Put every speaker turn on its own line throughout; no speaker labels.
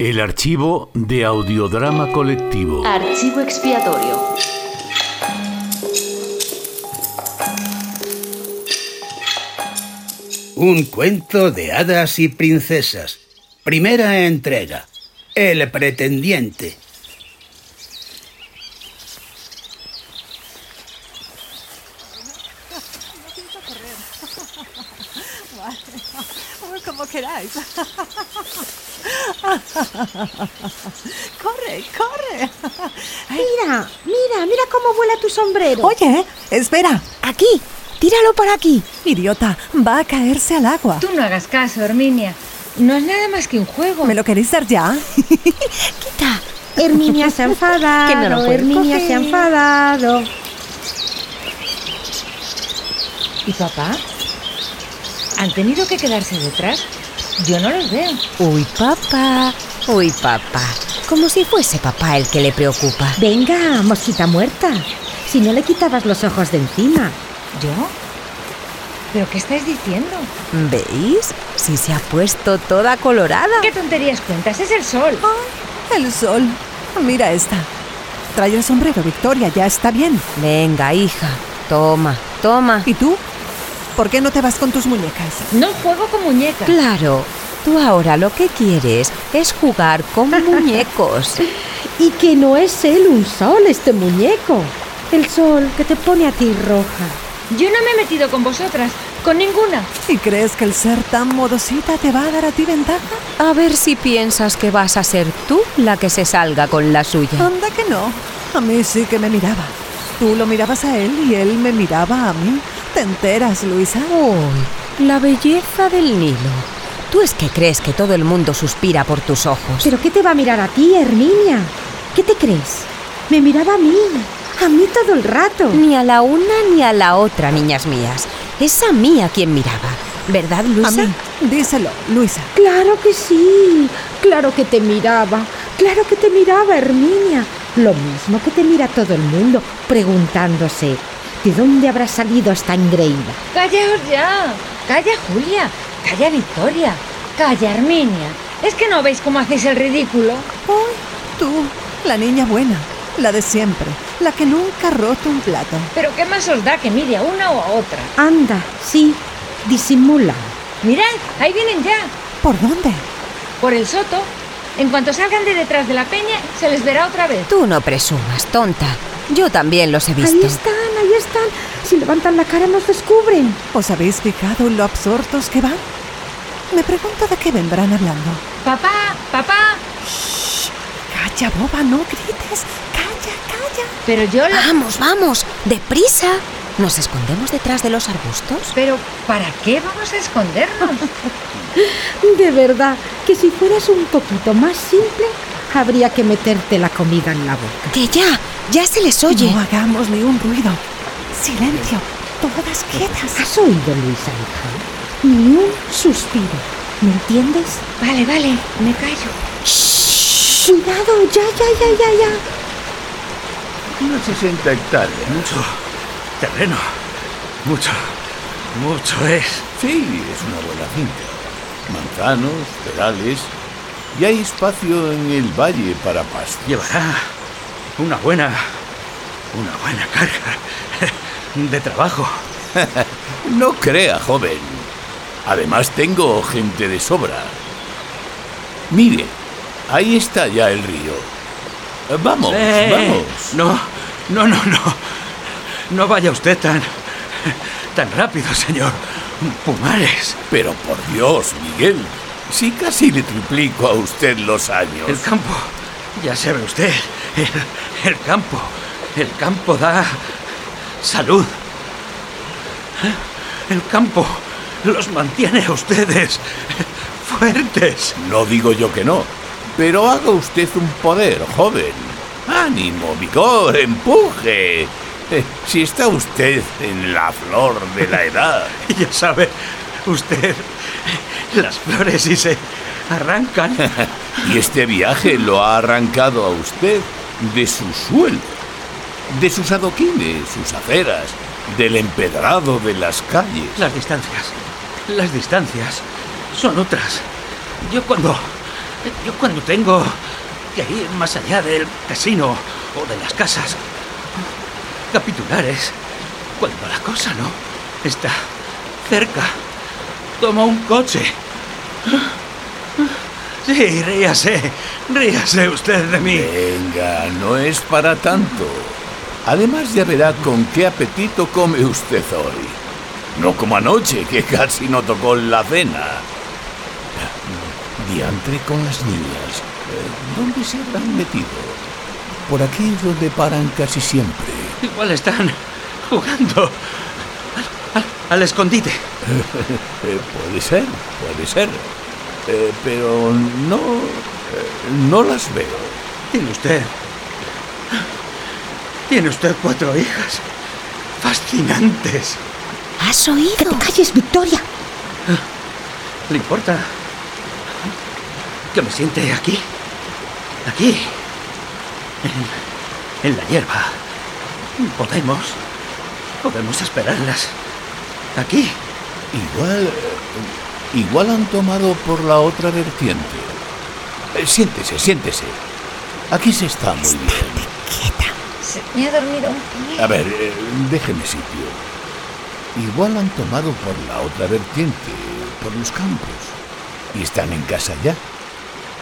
El archivo de audiodrama colectivo.
Archivo expiatorio.
Un cuento de hadas y princesas. Primera entrega. El pretendiente.
Vale. Como queráis. Corre, corre.
Mira, mira, mira cómo vuela tu sombrero.
Oye, espera.
Aquí, tíralo para aquí.
Idiota, va a caerse al agua.
Tú no hagas caso, Herminia. No es nada más que un juego.
¿Me lo queréis dar ya?
Quita. Herminia se ha enfadado.
Que no lo puedes
Herminia
coger.
se ha enfadado.
¿Y papá? ¿Han tenido que quedarse detrás? Yo no los veo.
Uy, papá, uy, papá. Como si fuese papá el que le preocupa.
Venga, mosquita muerta. Si no le quitabas los ojos de encima.
¿Yo? ¿Pero qué estáis diciendo?
¿Veis? Si se ha puesto toda colorada.
¿Qué tonterías cuentas? Es el sol.
Ah, El sol. Mira esta. Trae el sombrero, Victoria, ya está bien.
Venga, hija, toma, toma.
¿Y tú? ¿Por qué no te vas con tus muñecas?
No juego con muñecas.
Claro, tú ahora lo que quieres es jugar con muñecos.
Y que no es él un sol, este muñeco. El sol que te pone a ti roja.
Yo no me he metido con vosotras. Con ninguna.
¿Y crees que el ser tan modosita te va a dar a ti ventaja?
A ver si piensas que vas a ser tú la que se salga con la suya.
Anda que no. A mí sí que me miraba. Tú lo mirabas a él y él me miraba a mí. ¿Te enteras, Luisa?
Uy, la belleza del Nilo. Tú es que crees que todo el mundo suspira por tus ojos.
¿Pero qué te va a mirar a ti, Herminia? ¿Qué te crees? Me miraba a mí. A mí todo el rato.
Ni a la una ni a la otra, niñas mías. Es a mí a quien miraba. ¿Verdad,
A
Luisa?
mí. Díselo, Luisa.
Claro que sí, claro que te miraba, claro que te miraba, Herminia. Lo mismo que te mira todo el mundo, preguntándose, ¿de dónde habrá salido esta engreída?
Callaos ya. Calla, Julia. Calla, Victoria. Calla, Herminia. ¿Es que no veis cómo hacéis el ridículo?
Oh, tú, la niña buena, la de siempre, la que nunca ha roto un plato.
¿Pero qué más os da que mire a una o a otra?
Anda, sí, disimula.
Mirad, ahí vienen ya.
¿Por dónde?
por el soto. En cuanto salgan de detrás de la peña, se les verá otra vez.
Tú no presumas, tonta. Yo también los he
Ahí
visto.
están, ahí están. Si levantan la cara nos descubren.
¿Os habéis fijado en lo absortos que van? Me pregunto de qué vendrán hablando.
Papá, papá.
Calla, boba, no grites. Calla, calla.
Pero yo
Ah,
la...
Vamos, vamos, deprisa. ¿Nos escondemos detrás de los arbustos?
Pero ¿para qué vamos a escondernos?
De verdad, que si fueras un poquito más simple, habría que meterte la comida en la boca.
Que ya, ya se les oye.
No hagamos ni un ruido. Silencio, todas quietas.
¿Has oído, Luisa, hija? Ni un suspiro, ¿me entiendes?
vale, vale, me callo.
Cuidado, ya, ya, ya, ya, ya.
Unas 60 hectáreas.
Mucho terreno. Mucho. Mucho es.
Sí, es una buena finca. Manzanos, perales. Y hay espacio en el valle para pastos.
Llevará una buena. Una buena carga de trabajo.
No crea, joven. Además tengo gente de sobra. Mire, ahí está ya el río. Eh, Vamos,
Eh,
vamos.
No, no, no, no. No vaya usted tan. tan rápido, señor. Pumares.
Pero por Dios, Miguel, si casi le triplico a usted los años.
El campo, ya sabe usted, el, el campo, el campo da salud. El campo los mantiene a ustedes fuertes.
No digo yo que no, pero haga usted un poder, joven. Ánimo, vigor, empuje. Eh, si está usted en la flor de la edad.
Y ya sabe usted, las flores y se arrancan.
Y este viaje lo ha arrancado a usted de su suelo, de sus adoquines, sus aceras, del empedrado de las calles.
Las distancias, las distancias son otras. Yo cuando Yo cuando tengo que ir más allá del casino o de las casas capitulares, cuando la cosa no está cerca, tomo un coche. Sí, ríase, ríase usted de mí.
Venga, no es para tanto. Además ya verá con qué apetito come usted hoy. No como anoche, que casi no tocó la cena. Diantre con las niñas. Eh, ¿Dónde se habrán metido? Por aquí es donde paran casi siempre.
Igual están jugando al, al- al escondite.
Eh, puede ser, puede ser. Eh, pero no... eh, no las veo.
Tiene usted. Tiene usted cuatro hijas. Fascinantes.
¿Has oído?
¡Que te calles, Victoria!
¿Le importa? Que me siente aquí. Aquí. En, en la hierba. Podemos. Podemos esperarlas. Aquí.
Igual. eh, Igual han tomado por la otra vertiente. Eh, Siéntese, siéntese. Aquí se está muy bien.
Se me ha dormido un pie.
A ver, eh, déjeme sitio. Igual han tomado por la otra vertiente, por los campos. Y están en casa ya.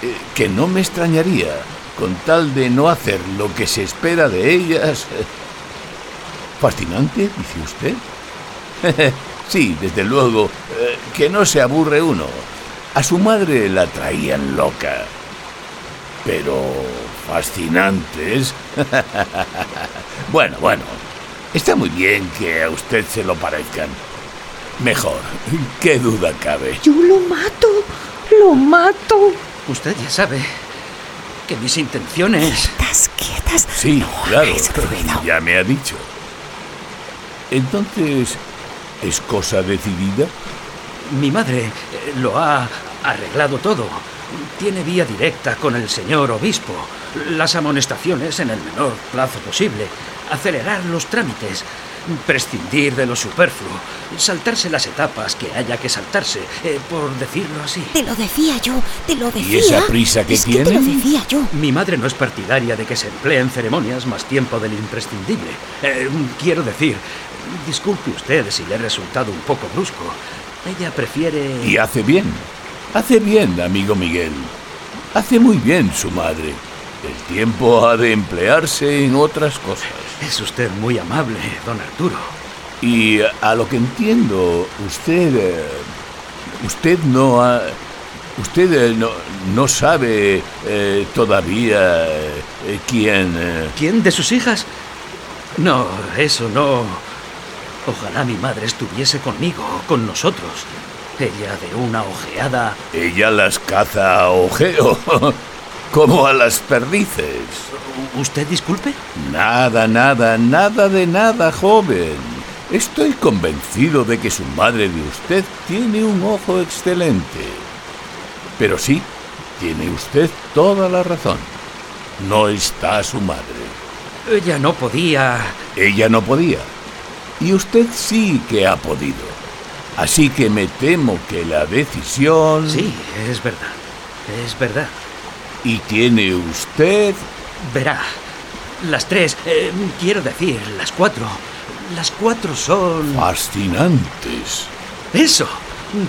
Eh, que no me extrañaría, con tal de no hacer lo que se espera de ellas. Fascinante, dice usted. Sí, desde luego, eh, que no se aburre uno. A su madre la traían loca. Pero fascinantes. bueno, bueno, está muy bien que a usted se lo parezcan. Mejor, qué duda cabe.
¡Yo lo mato! ¡Lo mato!
Usted ya sabe que mis intenciones.
Quietas, quietas.
Sí,
No
claro,
hagáis ruido.
ya me ha dicho. Entonces, ¿es cosa decidida?
Mi madre eh, lo ha arreglado todo. Tiene vía directa con el señor obispo. Las amonestaciones en el menor plazo posible. Acelerar los trámites. Prescindir de lo superfluo. Saltarse las etapas que haya que saltarse, eh, por decirlo así.
Te lo decía yo, te lo decía.
esa prisa que
es te lo
tienen?
decía yo.
Mi madre no es partidaria de que se empleen ceremonias más tiempo del imprescindible. Eh, quiero decir, disculpe usted si le he resultado un poco brusco. Ella prefiere...
Y hace bien. Hace bien, amigo Miguel. Hace muy bien su madre. El tiempo ha de emplearse en otras cosas.
Es usted muy amable, don Arturo.
Y a lo que entiendo, usted... eh, usted no ha... Usted eh, no, no sabe eh, todavía eh, quién... eh,
¿Quién de sus hijas? No, eso no. Ojalá mi madre estuviese conmigo, con nosotros. Ella de una ojeada.
ella las caza a ojeo, como a las perdices.
¿Usted disculpe?
Nada, nada, nada de nada, joven. Estoy convencido de que su madre de usted tiene un ojo excelente. Pero sí, tiene usted toda la razón. No está su madre.
Ella no podía.
Ella no podía. Y usted sí que ha podido. Así que me temo que la decisión...
Sí, es verdad. Es verdad.
Y tiene usted...
Verá. Las tres, eh, quiero decir, las cuatro. Las cuatro son.
Fascinantes.
Eso.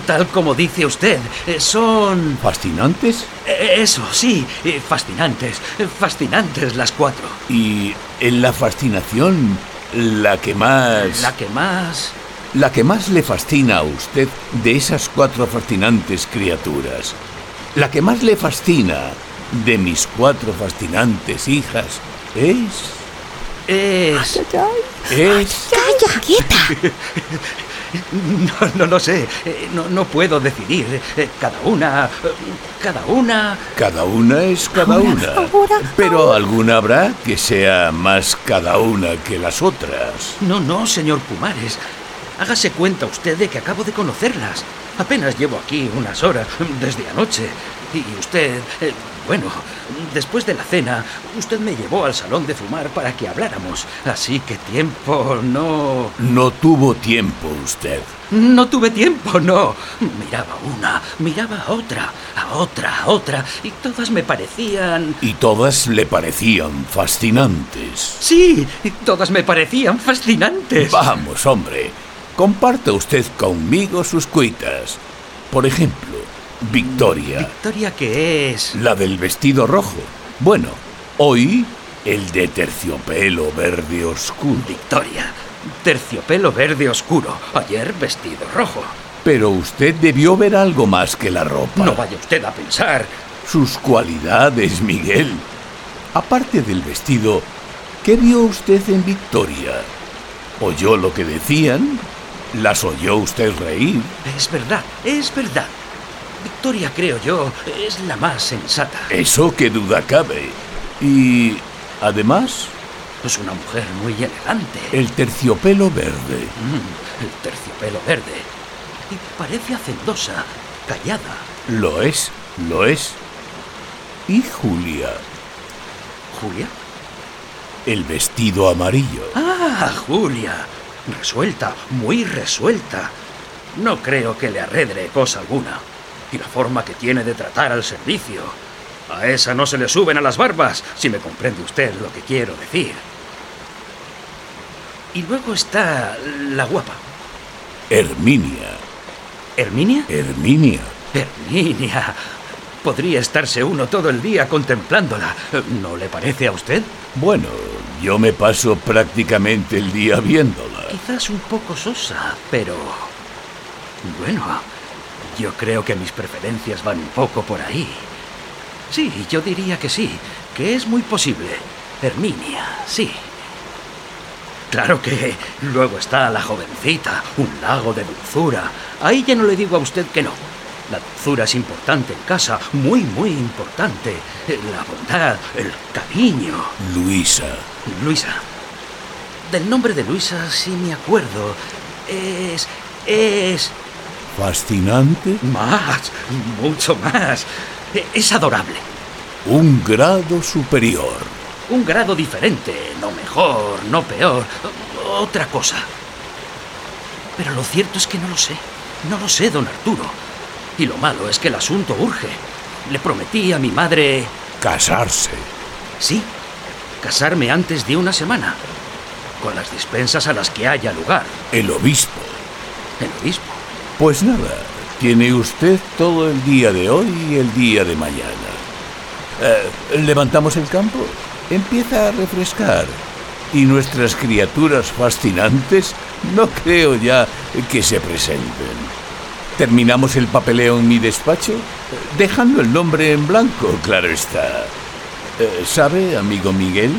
Tal como dice usted. eh, son.
¿Fascinantes?
eh, Eso, sí. eh, Fascinantes. eh, Fascinantes las cuatro.
Y en la fascinación, la que más...
La que más.
La que más le fascina a usted de esas cuatro fascinantes criaturas. La que más le fascina de mis cuatro fascinantes hijas es...
Es.
es...
Calla, quieta.
No, no lo sé. Eh, No, no puedo decidir. Eh, Cada una. eh, Cada una.
Cada una es cada una. Pero alguna habrá que sea más cada una que las otras.
No, no, señor Pumares. Hágase cuenta usted de que acabo de mm, conocerlas. Apenas llevo aquí unas horas, desde anoche. Y usted, eh, bueno, después de la cena, usted me llevó al salón de fumar para que habláramos, así que tiempo no...
No tuvo tiempo usted.
No tuve tiempo, no. Miraba una, miraba a otra, a otra, a otra, y todas me parecían...
Y todas le parecían fascinantes.
Sí, todas me parecían fascinantes.
Vamos, hombre, comparta usted conmigo sus cuitas. Por ejemplo, Victoria,
Victoria, ¿qué es?
la del vestido rojo. Bueno, hoy el de terciopelo verde oscuro.
Victoria, terciopelo verde oscuro, ayer vestido rojo.
Pero usted debió ver algo más que la ropa.
No vaya usted a pensar.
Sus cualidades, Miguel. Aparte del vestido, ¿qué vio usted en Victoria? ¿Oyó lo que decían? ¿Las oyó usted reír?
Es verdad, es verdad. Victoria, creo yo, es la más sensata.
Eso que duda cabe. Y, además,
Es una mujer muy elegante.
el terciopelo verde.
Mm, el terciopelo verde. Y parece hacendosa, callada.
Lo es, lo es. Y Julia,
¿Julia?
el vestido amarillo.
Ah, Julia. Resuelta, muy resuelta. No creo que le arredre cosa alguna. Y la forma que tiene de tratar al servicio. A esa no se le suben a las barbas, si me comprende usted lo que quiero decir. Y luego está la guapa.
Herminia,
¿Herminia?
Herminia.
Herminia. Podría estarse uno todo el día contemplándola. ¿No le parece a usted?
Bueno, yo me paso prácticamente el día viéndola.
Quizás un poco sosa, pero... Bueno, yo creo que mis preferencias van un poco por ahí. Sí, yo diría que sí, que es muy posible. Herminia, sí. Claro que luego está la jovencita, un lago de dulzura. Ahí ya no le digo a usted que no. La dulzura es importante en casa, muy, muy importante. Eh, La bondad, el cariño.
Luisa,
Luisa. Del nombre de Luisa sí me acuerdo. Es... es...
fascinante,
más, mucho más. E- Es adorable.
un grado superior.
Un grado diferente, no mejor, no peor, o- otra cosa. Pero lo cierto es que no lo sé. No lo sé, don Arturo. Y lo malo es que el asunto urge. Le prometí a mi madre...
Casarse.
Sí, casarme antes de una semana. Con las dispensas a las que haya lugar.
El obispo.
El obispo.
Pues nada, tiene usted todo el día de hoy y el día de mañana. Eh, Levantamos el campo, empieza a refrescar. Y nuestras criaturas fascinantes no creo ya que se presenten. Terminamos el papeleo en mi despacho, eh, dejando el nombre en blanco, claro está. Eh, ¿Sabe, amigo Miguel?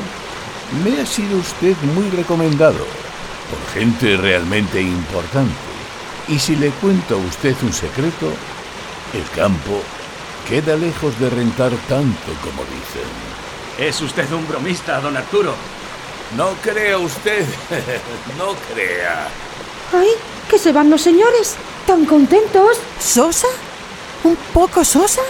Me ha sido usted muy recomendado por gente realmente importante. Y si le cuento a usted un secreto, el campo queda lejos de rentar tanto como dicen.
Es usted un bromista, don Arturo.
No crea usted, no crea.
¡Ay! ¡Que se van los señores! ¡Tan contentos!
¿Sosa? ¿Un poco sosa?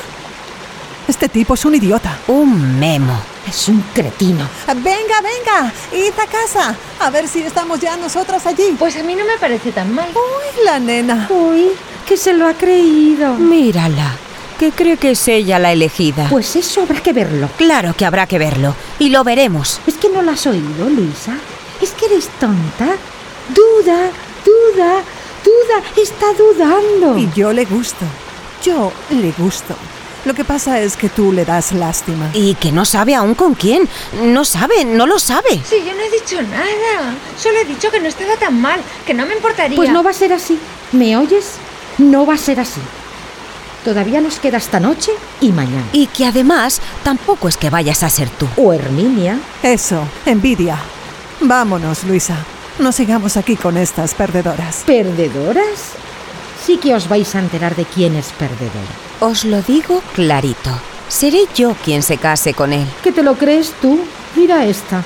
Este tipo es un idiota.
Un memo.
Es un cretino.
Venga, venga, id a casa. A ver si estamos ya nosotras allí.
Pues a mí no me parece tan mal.
Uy, la nena.
¡Uy! ¡Que se lo ha creído!
Mírala, que cree que es ella la elegida.
Pues eso habrá que verlo.
Claro que habrá que verlo, y lo veremos.
¿Es que no la has oído, Luisa? ¿Es que eres tonta? Duda, duda, duda, está dudando.
Y yo le gusto. Yo le gusto. Lo que pasa es que tú le das lástima.
Y que no sabe aún con quién. No sabe, no lo sabe.
Sí, yo no he dicho nada. Solo he dicho que no estaba tan mal, que no me importaría.
Pues no va a ser así. ¿Me oyes? No va a ser así. Todavía nos queda esta noche y mañana.
Y que además tampoco es que vayas a ser tú.
O Herminia.
Eso, envidia. Vámonos, Luisa. No sigamos aquí con estas perdedoras.
¿Perdedoras? Sí que os vais a enterar de quién es perdedora.
Os lo digo clarito. Seré yo quien se case con él.
¿Que te lo crees tú? Mira esta.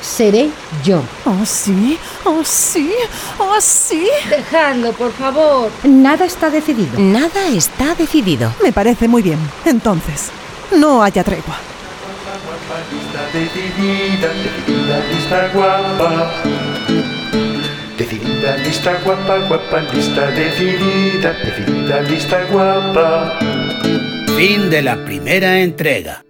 Seré yo.
Oh, sí, oh, sí, oh, sí.
Dejadlo, por favor.
Nada está decidido.
Nada está decidido.
Me parece muy bien. Entonces, no haya tregua.
Decidida, decidida, decidida, lista guapa. Decidida, lista guapa, guapa, lista, decidida, decidida, lista guapa.
Fin de la primera entrega.